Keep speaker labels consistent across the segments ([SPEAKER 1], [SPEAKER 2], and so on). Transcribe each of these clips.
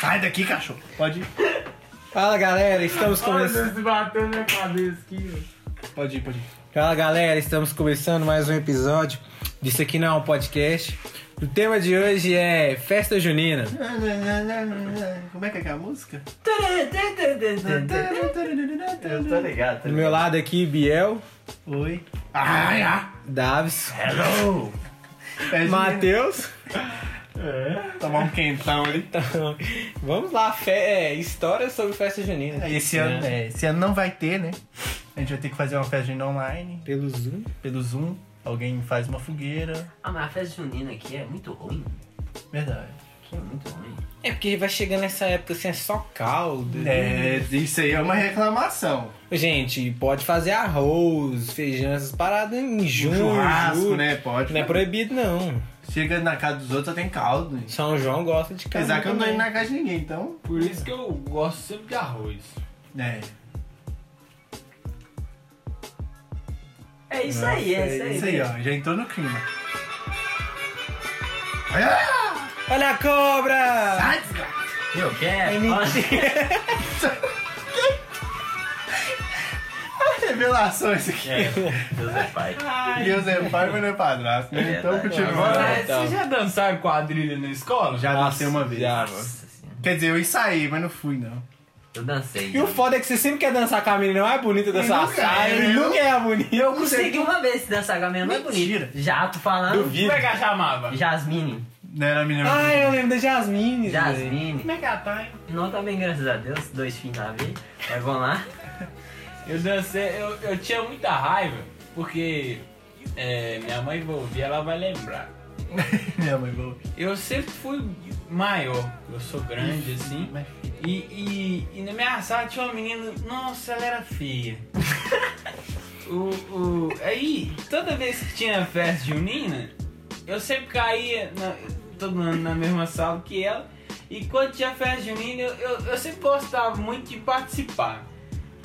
[SPEAKER 1] Sai daqui, cachorro. Pode ir.
[SPEAKER 2] Fala galera, estamos começando.
[SPEAKER 3] Vocês bateu minha cabeça aqui, ó.
[SPEAKER 1] Pode ir, pode ir.
[SPEAKER 2] Fala galera, estamos começando mais um episódio. Disso aqui não é um podcast. O tema de hoje é festa junina.
[SPEAKER 1] Como é que é que é a música?
[SPEAKER 3] Eu tô ligado, tá
[SPEAKER 2] Do meu lado aqui, Biel,
[SPEAKER 1] Oi. Ai, ah.
[SPEAKER 2] Davis,
[SPEAKER 1] Hello. Pede
[SPEAKER 2] Matheus.
[SPEAKER 1] pra É, Tomar um quentão ali.
[SPEAKER 2] Então, vamos lá, fe... é, história sobre festa junina.
[SPEAKER 1] Esse ano,
[SPEAKER 2] né?
[SPEAKER 1] é, esse ano não vai ter, né? A gente vai ter que fazer uma festa online,
[SPEAKER 2] Pelo Zoom.
[SPEAKER 1] pelo Zoom. Alguém faz uma fogueira.
[SPEAKER 3] Ah, mas a festa junina aqui é muito ruim.
[SPEAKER 1] Verdade.
[SPEAKER 3] Aqui é muito ruim.
[SPEAKER 2] É porque vai chegando nessa época assim, é só caldo. né?
[SPEAKER 1] É, isso aí é uma reclamação.
[SPEAKER 2] Gente, pode fazer arroz, feijão, essas paradas em junho.
[SPEAKER 1] Um churrasco,
[SPEAKER 2] julho.
[SPEAKER 1] né? Pode.
[SPEAKER 2] Não é proibido, não.
[SPEAKER 1] Chega na casa dos outros, só tem caldo. gente.
[SPEAKER 2] São João gosta de caldo.
[SPEAKER 1] Apesar que eu não tô
[SPEAKER 2] também.
[SPEAKER 1] indo na casa de ninguém, então.
[SPEAKER 4] Por isso que eu gosto sempre de arroz.
[SPEAKER 1] É.
[SPEAKER 3] É isso aí, é isso aí.
[SPEAKER 1] Isso aí, ó. Já entrou no clima. Ah!
[SPEAKER 2] Olha a cobra!
[SPEAKER 1] Ai, desgraça.
[SPEAKER 3] Eu quero. Olha.
[SPEAKER 1] Revelação isso aqui.
[SPEAKER 3] É, Deus é pai.
[SPEAKER 1] Deus é pai, mas não é padrasto, né? Então,
[SPEAKER 3] Verdade.
[SPEAKER 1] continuando.
[SPEAKER 2] Agora-
[SPEAKER 4] Mas
[SPEAKER 2] tá.
[SPEAKER 4] Vocês já dançaram quadrilha na escola?
[SPEAKER 1] Já
[SPEAKER 2] Nossa,
[SPEAKER 1] dancei uma vez.
[SPEAKER 2] já.
[SPEAKER 3] Nossa senhora.
[SPEAKER 1] Quer dizer, eu ensaiei, mas não fui, não.
[SPEAKER 3] Eu dancei. né?
[SPEAKER 2] E o foda é que você sempre quer dançar com a menina é mais bonita
[SPEAKER 1] E
[SPEAKER 2] dessa
[SPEAKER 1] nunca
[SPEAKER 2] saia,
[SPEAKER 1] é, né?
[SPEAKER 2] e nunca é a bonita.
[SPEAKER 1] Eu
[SPEAKER 3] consegui uma vez se dançar com a minha mãe
[SPEAKER 1] Mentira.
[SPEAKER 3] bonita. Já, tô falando.
[SPEAKER 4] Como é que ela chamava?
[SPEAKER 3] Jasmine.
[SPEAKER 1] Não era a menina.
[SPEAKER 2] Ah, eu lembro da Jasmine. velho.
[SPEAKER 3] Jasmine.
[SPEAKER 4] Como é que ela tá, hein?
[SPEAKER 3] Não tá bem, graças a Deus. Dois fins na vida. Mas vamos lá.
[SPEAKER 4] Eu dancei, eu, eu tinha muita raiva, porque é, minha mãe vai ouvir, ela vai lembrar.
[SPEAKER 1] Minha mãe, vou.
[SPEAKER 4] Eu sempre fui maior, eu sou grande assim.
[SPEAKER 1] Mas-
[SPEAKER 4] E, e, e na minha sala tinha uma menina, nossa, ela era feia. o, o, aí, toda vez que tinha festa junina, eu sempre caía na, todo mundo na mesma sala que ela. E quando tinha festa junina, eu, eu, eu sempre gostava muito de participar.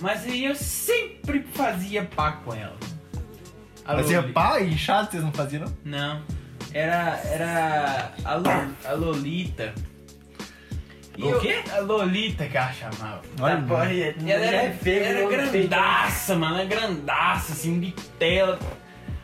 [SPEAKER 4] Mas aí eu sempre fazia pá com ela. A
[SPEAKER 1] Fazia
[SPEAKER 4] Loli-
[SPEAKER 1] Assim, pá e chato, vocês não faziam, não?
[SPEAKER 4] não. Era. Era. A, Lo- a Lolita. E
[SPEAKER 3] O
[SPEAKER 4] eu-
[SPEAKER 3] quê?
[SPEAKER 4] a Lolita que ela chamava.
[SPEAKER 1] Olha,
[SPEAKER 3] Tá, porra,
[SPEAKER 4] E Ela era,
[SPEAKER 3] é feia,
[SPEAKER 4] era
[SPEAKER 3] não sei.
[SPEAKER 4] grandaça, mano. Era grandaça, assim, bitela.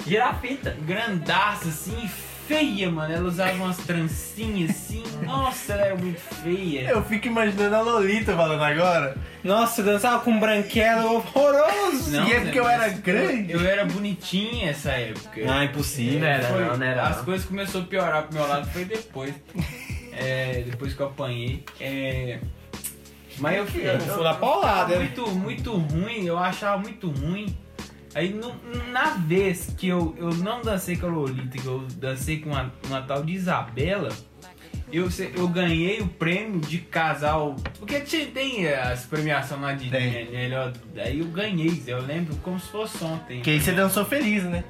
[SPEAKER 3] Girafita.
[SPEAKER 4] Grandaça, assim, feia, mano. Ela usava umas trancinhas assim. Nossa, ela era muito feia.
[SPEAKER 1] Eu fico imaginando a Lolita falando agora.
[SPEAKER 2] Nossa, eu dançava com um branquelo horroroso.
[SPEAKER 1] e é porque eu
[SPEAKER 4] mas
[SPEAKER 1] era grande?
[SPEAKER 4] né? Eu, era bonitinha essa época.
[SPEAKER 2] Ah,
[SPEAKER 3] Não
[SPEAKER 2] impossível.
[SPEAKER 3] era,
[SPEAKER 4] Foi.
[SPEAKER 3] não, não era.
[SPEAKER 4] As
[SPEAKER 3] não.
[SPEAKER 4] coisas começaram a piorar pro meu lado foi depois. É, depois que eu apanhei. É, mas eu fui, eu
[SPEAKER 2] Eu fui na paulada,
[SPEAKER 4] achava
[SPEAKER 2] né?
[SPEAKER 4] muito, muito ruim, eu achava muito ruim. Aí no- na vez que eu, eu não dancei com a Lolita, que eu dancei com uma, uma tal de Isabela, eu, se- eu ganhei o prêmio de casal. Porque tinha- tem as premiações lá de
[SPEAKER 1] Tem.
[SPEAKER 4] de melhor. Aí eu ganhei, eu lembro como se fosse ontem.
[SPEAKER 1] Que aí você dançou feliz, né?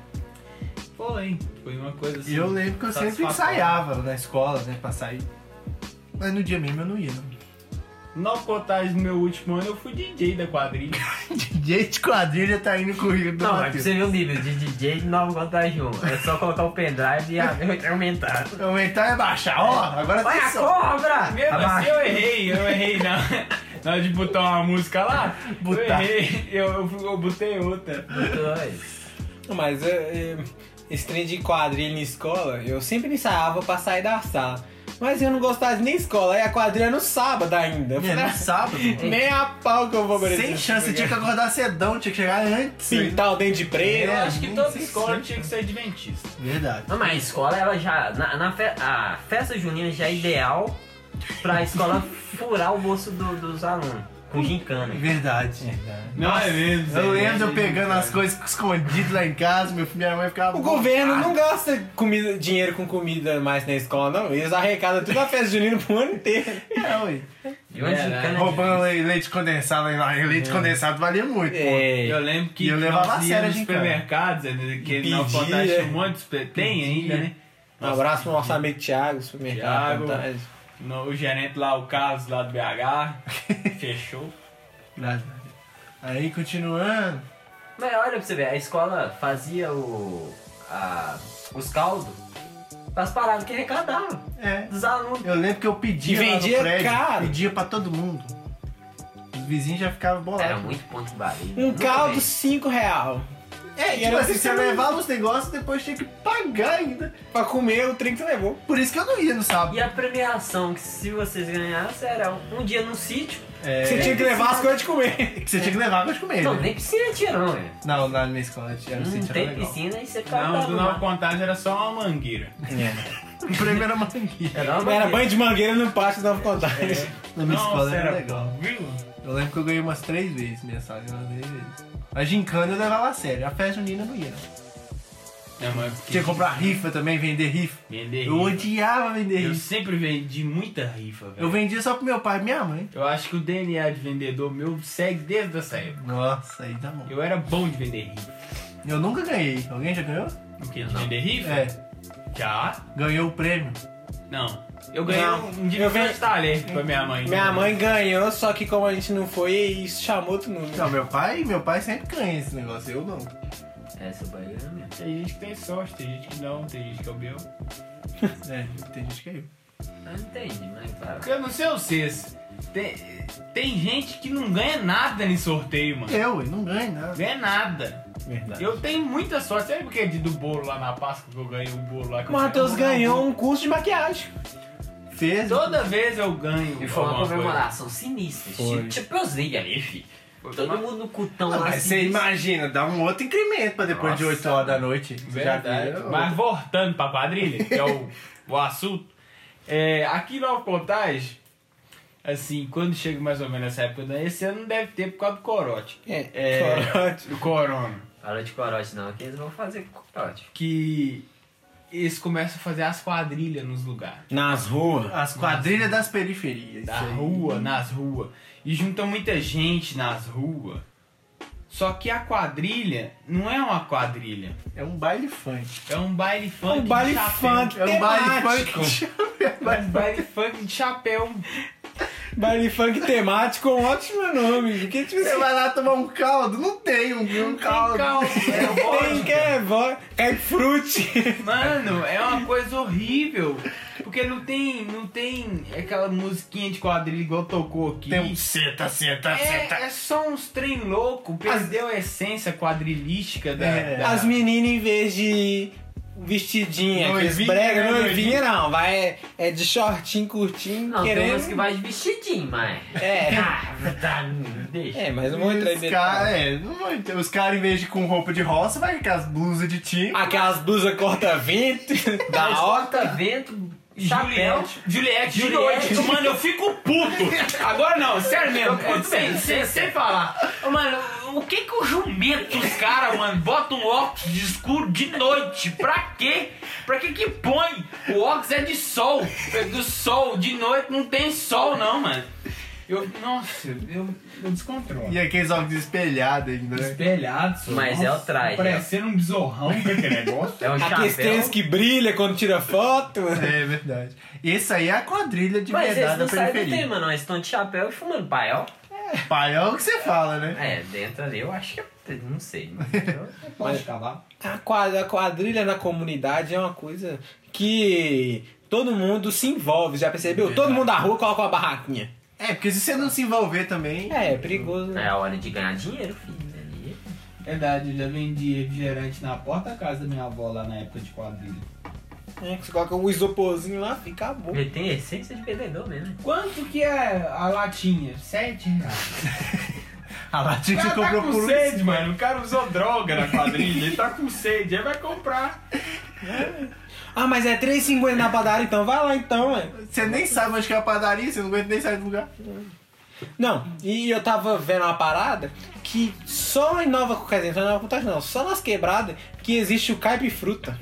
[SPEAKER 4] Foi, foi uma coisa assim.
[SPEAKER 1] E eu lembro que eu sempre
[SPEAKER 4] satisfatória.
[SPEAKER 1] ensaiava na escola, né? Pra sair. Mas no dia mesmo eu não ia, não.
[SPEAKER 4] Nove contagens no meu último ano, eu fui DJ da quadrilha.
[SPEAKER 1] DJ de quadrilha tá indo currículo do
[SPEAKER 3] Não, mas pra
[SPEAKER 1] Matheus.
[SPEAKER 3] você ver o nível de DJ de 9 contagem 1. É só colocar o pendrive e a- aumentar.
[SPEAKER 1] Aumentar e baixar, ó. Agora
[SPEAKER 3] Olha a
[SPEAKER 1] atenção.
[SPEAKER 3] cobra!
[SPEAKER 4] Mesmo assim,
[SPEAKER 3] Abaixa.
[SPEAKER 4] eu errei, eu errei na, na hora de botar uma música lá.
[SPEAKER 1] Botar.
[SPEAKER 4] Eu errei, eu, eu, fui- eu botei outra.
[SPEAKER 3] Dois.
[SPEAKER 2] Não, Mas é, é, esse trem de quadrilha na escola, eu sempre ensaiava pra sair da sala. Mas eu não gostava de nem escola, aí a quadrilha era no sábado ainda.
[SPEAKER 1] É,
[SPEAKER 2] Eu falei, "Ah,
[SPEAKER 1] no sábado.
[SPEAKER 2] nem a pau que eu vou aparecer.
[SPEAKER 1] Sem chance, tinha que acordar cedão, tinha que chegar antes.
[SPEAKER 2] Pintar o dente de preto.
[SPEAKER 4] Eu
[SPEAKER 1] É,
[SPEAKER 4] acho que
[SPEAKER 1] nem
[SPEAKER 4] toda
[SPEAKER 1] sei
[SPEAKER 4] escola
[SPEAKER 1] se-
[SPEAKER 4] tinha que ser adventista.
[SPEAKER 1] Verdade.
[SPEAKER 3] Não, mas a escola, ela já. Na, na fe- a festa junina já é ideal pra escola furar o bolso do- dos alunos. Com gincana.
[SPEAKER 1] Verdade.
[SPEAKER 4] Não é mesmo?
[SPEAKER 1] Eu lembro eu pegando as coisas escondidas lá em casa, meu, minha mãe ficava.
[SPEAKER 2] O
[SPEAKER 1] boa.
[SPEAKER 2] governo não gasta comida, dinheiro com comida mais na escola, não. Eles arrecadam tudo a festa junina pro ano inteiro.
[SPEAKER 1] É, ui.
[SPEAKER 3] E uma
[SPEAKER 4] É,
[SPEAKER 3] gincana.
[SPEAKER 1] Roubando le- leite condensado lá. e
[SPEAKER 2] É.
[SPEAKER 1] Leite condensado valia muito.
[SPEAKER 4] Eu lembro que
[SPEAKER 1] E eu levava
[SPEAKER 4] nós
[SPEAKER 1] a
[SPEAKER 4] íamos
[SPEAKER 1] sério a
[SPEAKER 4] nos
[SPEAKER 1] gincana.
[SPEAKER 4] supermercados, né, que na
[SPEAKER 2] Pedia.
[SPEAKER 4] contagem tinha um monte de super... Tem ainda, né?
[SPEAKER 2] Um abraço pro nosso amigo Thiago, supermercado.
[SPEAKER 4] Thiago.
[SPEAKER 2] Fantástico.
[SPEAKER 4] No, o gerente lá, o Carlos lá do BH, fechou.
[SPEAKER 1] Verdade. Aí continuando.
[SPEAKER 3] Mas olha pra você ver, a escola fazia o. a- os caldos pras paradas que arrecadava.
[SPEAKER 1] É.
[SPEAKER 3] Dos dos alunos.
[SPEAKER 1] Eu lembro que eu pedia
[SPEAKER 2] E
[SPEAKER 1] lá
[SPEAKER 2] vendia
[SPEAKER 1] no prédio,
[SPEAKER 2] caro.
[SPEAKER 1] pedia pra todo mundo. Os vizinhos já ficavam bolados.
[SPEAKER 3] Era muito ponto barulho.
[SPEAKER 2] Um caldo 5 real.
[SPEAKER 1] É,
[SPEAKER 2] E
[SPEAKER 1] tipo
[SPEAKER 2] era
[SPEAKER 1] assim, você
[SPEAKER 2] possível.
[SPEAKER 1] levava os negócios depois tinha que pagar ainda.
[SPEAKER 2] Pra comer o trem que você levou.
[SPEAKER 1] Por isso que eu não ia no
[SPEAKER 3] E
[SPEAKER 1] sábado.
[SPEAKER 3] a premiação que se vocês ganhassem era um dia num sítio.
[SPEAKER 1] É,
[SPEAKER 2] Você tinha que levar as coisas de comer.
[SPEAKER 1] que você tinha que levar pra comer.
[SPEAKER 3] Não,
[SPEAKER 1] né?
[SPEAKER 3] nem piscina tinha não, velho.
[SPEAKER 1] Não, na minha escola tinha um
[SPEAKER 3] Não
[SPEAKER 1] sítio era
[SPEAKER 3] tem
[SPEAKER 1] legal.
[SPEAKER 3] piscina e você
[SPEAKER 4] Não,
[SPEAKER 3] cantava
[SPEAKER 4] do Nova
[SPEAKER 3] lá.
[SPEAKER 4] Contagem era só uma mangueira.
[SPEAKER 1] É. Primeira mangueira.
[SPEAKER 3] Era, uma
[SPEAKER 2] Era
[SPEAKER 3] banheira.
[SPEAKER 2] banho de mangueira no pátio da contagem.
[SPEAKER 1] Na minha escola era legal.
[SPEAKER 4] Viu?
[SPEAKER 1] Eu lembro que eu ganhei umas três vezes mensagem, umas três vezes. A gincana eu levava a sério, a festa junina eu não ia. não.
[SPEAKER 4] Não, mas porque
[SPEAKER 1] Tinha que comprar rifa também, vender rifa.
[SPEAKER 4] vender
[SPEAKER 1] Eu
[SPEAKER 4] rifa.
[SPEAKER 1] odiava vender
[SPEAKER 4] Eu
[SPEAKER 1] rifa.
[SPEAKER 4] sempre vendi muita rifa, velho.
[SPEAKER 1] Eu vendia só pro meu pai e minha mãe.
[SPEAKER 4] Eu acho que o DNA de vendedor meu segue desde essa época.
[SPEAKER 1] Nossa, aí tá bom.
[SPEAKER 4] Eu era bom de vender rifa.
[SPEAKER 1] Eu nunca ganhei. Alguém já ganhou?
[SPEAKER 4] O quê? De
[SPEAKER 3] Não.
[SPEAKER 4] vender rifa?
[SPEAKER 1] É,
[SPEAKER 4] Já?
[SPEAKER 1] ganhou o prêmio.
[SPEAKER 4] Não. Eu ganhei
[SPEAKER 2] Não.
[SPEAKER 4] um
[SPEAKER 2] Eu
[SPEAKER 4] dinheiro
[SPEAKER 2] ven-
[SPEAKER 4] de talher pra minha mãe.
[SPEAKER 2] Minha mãe ganhou, só que como a gente não foi, isso chamou outro número.
[SPEAKER 1] Não, meu pai, meu pai sempre ganha esse negócio, eu não.
[SPEAKER 3] Essa banheira era mesmo.
[SPEAKER 4] Tem gente que tem sorte, tem gente que não, tem gente que é o meu.
[SPEAKER 1] É, tem gente que é eu.
[SPEAKER 3] Eu não entendi, mas claro.
[SPEAKER 4] Porque eu não sei vocês. Tem, tem gente que não ganha nada em sorteio, mano.
[SPEAKER 1] Eu, eu não ganho nada.
[SPEAKER 4] Ganha nada.
[SPEAKER 2] Verdade.
[SPEAKER 4] Eu tenho muita sorte. Sabe por que é de- do bolo lá na Páscoa que eu ganhei o bolo lá? que
[SPEAKER 2] O
[SPEAKER 4] eu
[SPEAKER 2] Matheus
[SPEAKER 4] ganhei?
[SPEAKER 2] ganhou um curso de maquiagem.
[SPEAKER 1] Fez.
[SPEAKER 4] Toda vez eu ganho.
[SPEAKER 3] E foi uma
[SPEAKER 4] alguma coisa.
[SPEAKER 3] comemoração sinistra.
[SPEAKER 1] Foi.
[SPEAKER 3] Tipo, tipo, eu usei ali, fi.
[SPEAKER 4] Foi
[SPEAKER 3] Todo
[SPEAKER 4] uma-
[SPEAKER 3] mundo no cutão
[SPEAKER 1] Não,
[SPEAKER 3] lá.
[SPEAKER 1] Ah, mas você
[SPEAKER 3] assim.
[SPEAKER 1] imagina, dá um outro incremento pra depois de
[SPEAKER 3] Nossa.
[SPEAKER 1] 8 horas da noite.
[SPEAKER 4] Verdade.
[SPEAKER 1] Já viu?
[SPEAKER 4] Mas voltando pra quadrilha, que é o, o assunto, é, aqui no Contagem, assim, quando chega mais ou menos essa época, do ano, esse ano não deve ter por causa do corote. É,
[SPEAKER 2] Corote.
[SPEAKER 4] Do corona.
[SPEAKER 3] Fala de corote não, que eles vão fazer corote.
[SPEAKER 4] Que eles começam a fazer as quadrilhas nos lugares.
[SPEAKER 2] Nas ruas.
[SPEAKER 1] As quadrilhas das periferias.
[SPEAKER 4] Da
[SPEAKER 1] isso aí.
[SPEAKER 4] rua, nas ruas. E juntam muita gente nas ruas. Só que a quadrilha não é uma quadrilha.
[SPEAKER 1] É um baile funk.
[SPEAKER 4] É um baile
[SPEAKER 2] É
[SPEAKER 4] funk.
[SPEAKER 2] um baile
[SPEAKER 4] de chapéu.
[SPEAKER 2] funk
[SPEAKER 1] É um baile
[SPEAKER 2] temático.
[SPEAKER 1] funk.
[SPEAKER 4] É um baile funk de chapéu.
[SPEAKER 2] Baile funk temático, um ótimo nome. Porque tipo
[SPEAKER 1] Você
[SPEAKER 2] assim,
[SPEAKER 1] vai lá tomar um caldo? Não tem um, um caldo.
[SPEAKER 4] É
[SPEAKER 2] tem que é vó, é frute.
[SPEAKER 4] Mano, é uma coisa horrível. Porque não tem, não tem aquela musiquinha de quadrilha igual tocou aqui.
[SPEAKER 1] Tem um senta, senta, senta.
[SPEAKER 4] É, é só uns trem louco, perdeu a essência quadrilística da.
[SPEAKER 1] É.
[SPEAKER 4] da-
[SPEAKER 2] As meninas, em vez de vestidinha, aqueles
[SPEAKER 4] Noivinha,
[SPEAKER 2] brega,
[SPEAKER 4] né,
[SPEAKER 2] noivinha não, vai é de shortinho, curtinho,
[SPEAKER 3] Não, tem
[SPEAKER 2] querendo.
[SPEAKER 3] umas que vai de vestidinho, mas...
[SPEAKER 2] É.
[SPEAKER 3] Ah, tá, não deixa.
[SPEAKER 2] É, mas não vou entrar em
[SPEAKER 1] Os
[SPEAKER 2] detalhe.
[SPEAKER 1] caras, é, não vão entender. Os caras, em vez de com roupa de roça, vai com aquelas blusas de time.
[SPEAKER 2] Aquelas blusas corta-vento, da hora.
[SPEAKER 3] Bota vento, chapéu.
[SPEAKER 4] Juliette, Juliette,
[SPEAKER 3] Juliette.
[SPEAKER 4] Juliette, mano, eu fico puto. Agora não, sério mesmo,
[SPEAKER 3] Eu
[SPEAKER 4] é,
[SPEAKER 3] puto
[SPEAKER 4] sem,
[SPEAKER 3] mesmo.
[SPEAKER 4] sem, sem falar. Ô, Mano, o que que o jumento, os caras, mano, botam um óculos de escuro de noite? Pra quê? Pra que que põe? O óculos é de sol, é do sol, de noite não tem sol não, mano. Eu, nossa, eu, eu descontrolo.
[SPEAKER 1] E aqueles óculos espelhados ainda, né?
[SPEAKER 4] Espelhado, só.
[SPEAKER 3] Mas é o traje,
[SPEAKER 4] Parecendo um besorrão com aquele negócio.
[SPEAKER 3] É um
[SPEAKER 2] Aqueles tênis
[SPEAKER 3] chapéu.
[SPEAKER 2] que brilha quando tira foto.
[SPEAKER 1] É verdade. Esse aí é a quadrilha de
[SPEAKER 3] Mas eles
[SPEAKER 1] verdade da
[SPEAKER 3] não saem do
[SPEAKER 1] periferia.
[SPEAKER 3] tema, não. Eles estão de chapéu e fumando paiol.
[SPEAKER 1] Pai, é o que você fala, né?
[SPEAKER 3] É, dentro ali eu acho que... é- Não sei.
[SPEAKER 2] Mas a quadrilha, a quadrilha na comunidade é uma coisa que todo mundo se envolve, já percebeu? Todo mundo da rua coloca uma barraquinha.
[SPEAKER 1] É, porque se você não se envolver também.
[SPEAKER 2] É, é perigoso.
[SPEAKER 3] É a hora de ganhar dinheiro, filho. né? ali.
[SPEAKER 4] Verdade, eu já vendi refrigerante na porta da casa da minha avó lá na época de quadrilha.
[SPEAKER 2] É, que você coloca um isoporzinho lá, fica acabou.
[SPEAKER 3] Ele tem essência de vendedor mesmo. né?
[SPEAKER 4] Quanto que é a latinha? Sete reais.
[SPEAKER 1] A
[SPEAKER 4] O
[SPEAKER 1] Latinha
[SPEAKER 4] cara tá
[SPEAKER 1] comprou
[SPEAKER 4] com
[SPEAKER 1] por um.
[SPEAKER 4] sede, mano. O cara usou droga na quadrilha. ele tá com sede, aí vai comprar.
[SPEAKER 2] Ah, mas é 3,50 na padaria, então vai lá então, ué.
[SPEAKER 1] Você nem sabe onde que é a padaria, você não aguenta nem sair do lugar.
[SPEAKER 2] Não, e eu tava vendo uma parada que só em Nova quer dizer, não é Nova Contagem não, só nas quebradas que existe o caipifruta.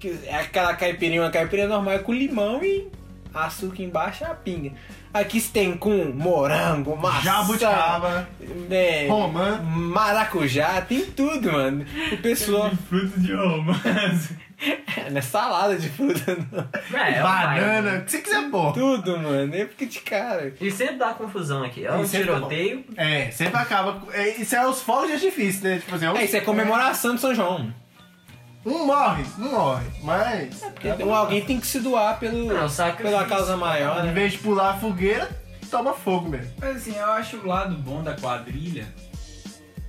[SPEAKER 2] Que é aquela caipirinha, uma caipirinha normal é com limão e açúcar embaixo e a pinga. Aqui se tem com morango, maçã,
[SPEAKER 1] Jabuticaba,
[SPEAKER 2] é,
[SPEAKER 1] romã.
[SPEAKER 2] maracujá, tem tudo, mano. O pessoal...
[SPEAKER 4] Fruto de romance.
[SPEAKER 2] não é salada de fruta, não.
[SPEAKER 3] É, é o
[SPEAKER 1] banana,
[SPEAKER 3] pai.
[SPEAKER 1] o que você quiser pôr.
[SPEAKER 2] Tudo, mano. Eu fico de cara.
[SPEAKER 3] E sempre dá confusão aqui. É um
[SPEAKER 1] Isso é bom.
[SPEAKER 3] tiroteio.
[SPEAKER 1] É, sempre acaba. com- É, isso é os fogos de artifício, né? Tipo assim, um-
[SPEAKER 2] É, isso é comemoração de São João.
[SPEAKER 1] Um morre, um morre, mas.
[SPEAKER 2] Porque tem- um alguém tem que se doar pelo,
[SPEAKER 3] Não, sacrifício.
[SPEAKER 2] pela causa maior,
[SPEAKER 1] Em
[SPEAKER 2] né?
[SPEAKER 1] vez de pular a fogueira, toma fogo mesmo.
[SPEAKER 4] Mas assim, eu acho o lado bom da quadrilha,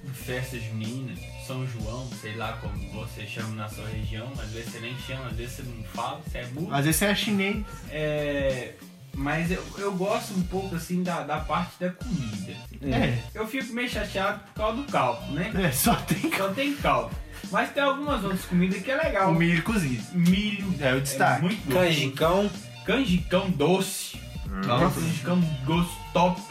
[SPEAKER 4] em festa junina, São João, sei lá como você chama na sua região, às vezes você nem chama, às vezes você não fala, você é burro.
[SPEAKER 1] Às vezes você é chinês.
[SPEAKER 4] É, mas eu, eu gosto um pouco assim da, da parte da comida.
[SPEAKER 1] É,
[SPEAKER 4] Eu fico meio chateado por causa do caldo, né?
[SPEAKER 1] é, só tem
[SPEAKER 4] Só tem caldo. Mas tem algumas outras comidas que é legal.
[SPEAKER 1] comida e cozido.
[SPEAKER 4] Milho
[SPEAKER 1] É o
[SPEAKER 4] é
[SPEAKER 1] destaque.
[SPEAKER 4] muito gostoso.
[SPEAKER 2] Canjicão.
[SPEAKER 4] Canjicão doce.
[SPEAKER 1] Hum.
[SPEAKER 4] Nossa, canjicão gosto top.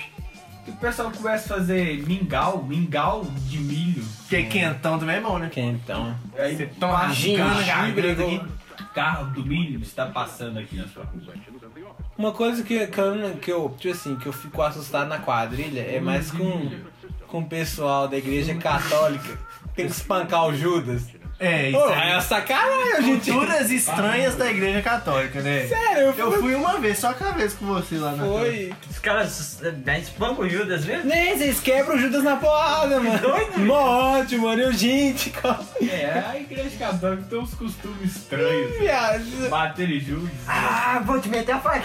[SPEAKER 4] E o pessoal começa a fazer mingau, mingau de milho.
[SPEAKER 1] Porque quentão também é bom, né?
[SPEAKER 2] Quentão.
[SPEAKER 4] Aí
[SPEAKER 1] Você toma
[SPEAKER 4] passa
[SPEAKER 2] gin,
[SPEAKER 4] cana,
[SPEAKER 2] gin,
[SPEAKER 4] garganta
[SPEAKER 2] brigou.
[SPEAKER 4] aqui. Carro do milho está passando aqui na sua rua.
[SPEAKER 2] Uma coisa que, que, eu, que eu, tipo assim, que eu fico assustado na quadrilha é mais com, com o pessoal da igreja católica. Tem que espancar o Judas.
[SPEAKER 1] É, isso
[SPEAKER 2] Pô,
[SPEAKER 1] aí.
[SPEAKER 2] é uma sacanagem, gente.
[SPEAKER 1] Culturas estranhas da igreja católica, né?
[SPEAKER 2] Sério, eu
[SPEAKER 1] Eu
[SPEAKER 2] fui-
[SPEAKER 1] fui uma vez, só aquela vez com você lá na
[SPEAKER 2] Foi.
[SPEAKER 3] Os caras né, espancam o Judas mesmo?
[SPEAKER 2] Nem vocês quebram o Judas na porrada, mano.
[SPEAKER 3] Doido,
[SPEAKER 2] Mó
[SPEAKER 1] né?
[SPEAKER 2] ótimo, mano. Eu, gente, assim, calma.
[SPEAKER 4] É, a igreja católica tem uns costumes estranhos. né?
[SPEAKER 2] Viado.
[SPEAKER 4] Bater em Judas,
[SPEAKER 3] Ah, vou te meter a faca.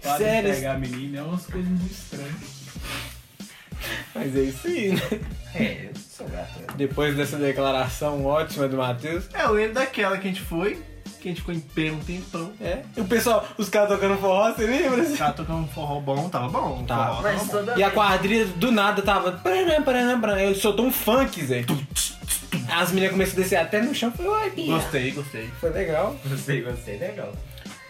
[SPEAKER 4] para
[SPEAKER 2] sério?
[SPEAKER 4] pegar a menina, é umas coisas muito estranhas.
[SPEAKER 2] Mas é isso aí, né?
[SPEAKER 3] é, eu sou gato. né?
[SPEAKER 2] Depois dessa declaração ótima do Matheus.
[SPEAKER 1] É, eu lembro daquela que a gente foi, que a gente ficou em pé um tempão.
[SPEAKER 2] É. E o pessoal, os caras tocando forró, você lembra?
[SPEAKER 1] O cara tocando um forró bom, tava bom. o
[SPEAKER 2] Tá.
[SPEAKER 1] forró tava
[SPEAKER 3] Mas
[SPEAKER 1] bom.
[SPEAKER 3] toda
[SPEAKER 2] E a
[SPEAKER 3] vez-
[SPEAKER 2] quadrilha do nada tava. paranã, paranã, paranã. Eu soltou um funk, Zé. As meninas começaram a descer até no chão. Foi, oi, Bia.
[SPEAKER 1] Gostei, gostei.
[SPEAKER 2] Foi legal.
[SPEAKER 3] Gostei, gostei, legal.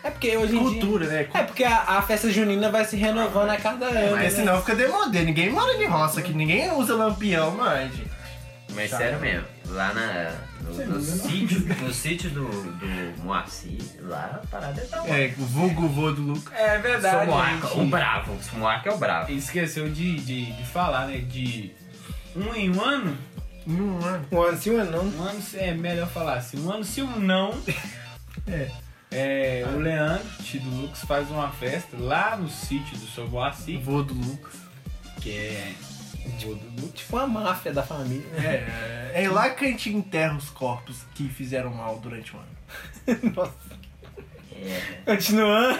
[SPEAKER 2] É porque hoje em dia.
[SPEAKER 1] Cultura, né?
[SPEAKER 2] É porque a, a festa junina vai se renovando a cada ano.
[SPEAKER 1] Porque
[SPEAKER 2] né?
[SPEAKER 1] senão fica demodê. Ninguém mora de roça aqui, ninguém usa lampião mais, gente.
[SPEAKER 3] Mas
[SPEAKER 1] Tá.
[SPEAKER 3] sério mesmo, lá na, no, no sítio, no sítio do, do Moacir, lá a parada é da hora.
[SPEAKER 1] É, o vulgo vô do Luca.
[SPEAKER 4] É verdade.
[SPEAKER 1] um
[SPEAKER 3] Somoaca, o bravo, o Somoaca é o bravo.
[SPEAKER 4] Esqueceu de, de, de falar, né? De um em um ano,
[SPEAKER 1] Em um ano.
[SPEAKER 2] Um ano sim, um ano não.
[SPEAKER 4] um ano é melhor falar assim, um ano se um não.
[SPEAKER 1] É.
[SPEAKER 4] É, o Leandro, tio do Lucas, faz uma festa lá no sítio do seu Boaci,
[SPEAKER 1] Vô do Lucas.
[SPEAKER 4] que é o do Lucas.
[SPEAKER 2] Tipo uma máfia da família, né?
[SPEAKER 1] É, é lá que a gente enterra os corpos que fizeram mal durante o ano.
[SPEAKER 2] Nossa.
[SPEAKER 3] É.
[SPEAKER 2] Continuando.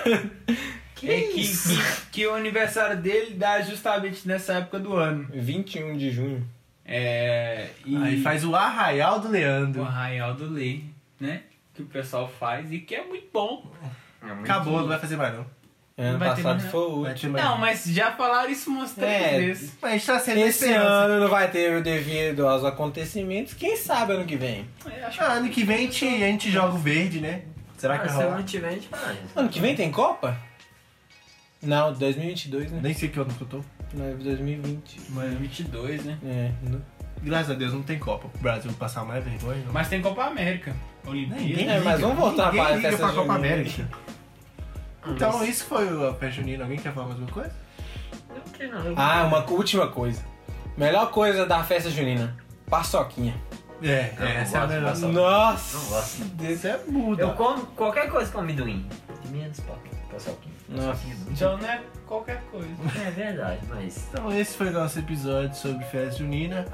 [SPEAKER 4] Que é que, que, que o aniversário dele dá justamente nessa época do ano.
[SPEAKER 2] 21 de junho.
[SPEAKER 4] É, e
[SPEAKER 1] Aí faz o arraial do
[SPEAKER 4] o
[SPEAKER 1] Leandro.
[SPEAKER 4] arraial do Lê, né? Que o pessoal faz e que é muito bom.
[SPEAKER 3] É muito-
[SPEAKER 1] Acabou, não vai fazer mais não.
[SPEAKER 2] Ano
[SPEAKER 4] Vai ter
[SPEAKER 2] passado
[SPEAKER 4] mais-
[SPEAKER 2] foi o
[SPEAKER 1] Vai
[SPEAKER 2] último.
[SPEAKER 1] ter mais
[SPEAKER 4] Não, mas já falaram isso umas três
[SPEAKER 2] É,
[SPEAKER 4] vezes.
[SPEAKER 1] Mas a gente tá sendo
[SPEAKER 2] Esse
[SPEAKER 1] esperança.
[SPEAKER 2] ano não vai ter o devido aos acontecimentos. Quem sabe ano que vem?
[SPEAKER 4] É, acho
[SPEAKER 1] Ah, ano que vem a gente, a gente joga o verde, né? Será que
[SPEAKER 3] Ah, se eu não
[SPEAKER 1] rola?
[SPEAKER 3] tiver, a gente faz.
[SPEAKER 2] Ano que vem tem Copa? Não, 2022, né?
[SPEAKER 1] Nem sei que ano que eu tô.
[SPEAKER 2] Não, é 2020.
[SPEAKER 4] Mas 22, né?
[SPEAKER 2] É, não-
[SPEAKER 1] Graças a Deus não tem Copa. O Brasil passar mais vergonha. Não.
[SPEAKER 4] Mas tem Copa América, Olimpíada.
[SPEAKER 2] É, mas vamos voltar
[SPEAKER 1] ninguém
[SPEAKER 2] pra
[SPEAKER 1] liga
[SPEAKER 2] festa
[SPEAKER 1] pra Copa
[SPEAKER 2] junina.
[SPEAKER 1] América. Então, isso foi a festa junina. Alguém quer falar mais alguma coisa?
[SPEAKER 3] Eu não quero, não. Eu-
[SPEAKER 2] Ah, uma co- última coisa. Melhor coisa da festa junina. Paçoquinha.
[SPEAKER 1] É,
[SPEAKER 3] Não,
[SPEAKER 1] essa
[SPEAKER 3] não
[SPEAKER 1] é a
[SPEAKER 3] gosto de
[SPEAKER 1] melhor.
[SPEAKER 3] Paçoca.
[SPEAKER 2] Nossa!
[SPEAKER 3] Não gosto.
[SPEAKER 1] Isso é muda.
[SPEAKER 3] Eu como qualquer coisa com amendoim. Menos poca, paçoquinha.
[SPEAKER 2] Nossa.
[SPEAKER 4] Então não é qualquer coisa.
[SPEAKER 3] tá É verdade, mas...
[SPEAKER 1] Então, esse foi o nosso episódio sobre festa junina.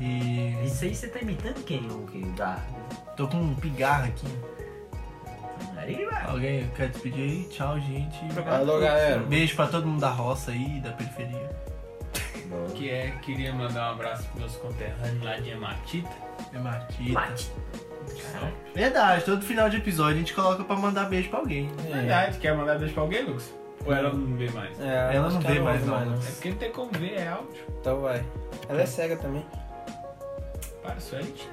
[SPEAKER 1] E
[SPEAKER 3] Isso aí você tá imitando quem? O que dá?
[SPEAKER 1] tô com um pigarro aqui.
[SPEAKER 3] Arriba!
[SPEAKER 1] Alguém quer despedir aí? Tchau, gente.
[SPEAKER 2] Alô, galera.
[SPEAKER 1] Beijo pra todo mundo da roça aí, da periferia.
[SPEAKER 4] Que é, queria mandar um abraço pros meus conterrâneos lá de Hematita.
[SPEAKER 1] É Martita.
[SPEAKER 3] Mate. Caraca.
[SPEAKER 1] Verdade, todo final de episódio a gente coloca pra mandar beijo pra alguém.
[SPEAKER 2] É,
[SPEAKER 4] Verdade, quer mandar beijo pra alguém, Lucas? Ou ela não vê mais? É
[SPEAKER 2] É,
[SPEAKER 1] Ela não
[SPEAKER 2] acho que
[SPEAKER 1] vê mais,
[SPEAKER 2] ouve
[SPEAKER 1] não. né?
[SPEAKER 4] porque não tem como ver, é áudio.
[SPEAKER 2] Então vai. Ela é cega também.
[SPEAKER 4] Para, isso é mentira.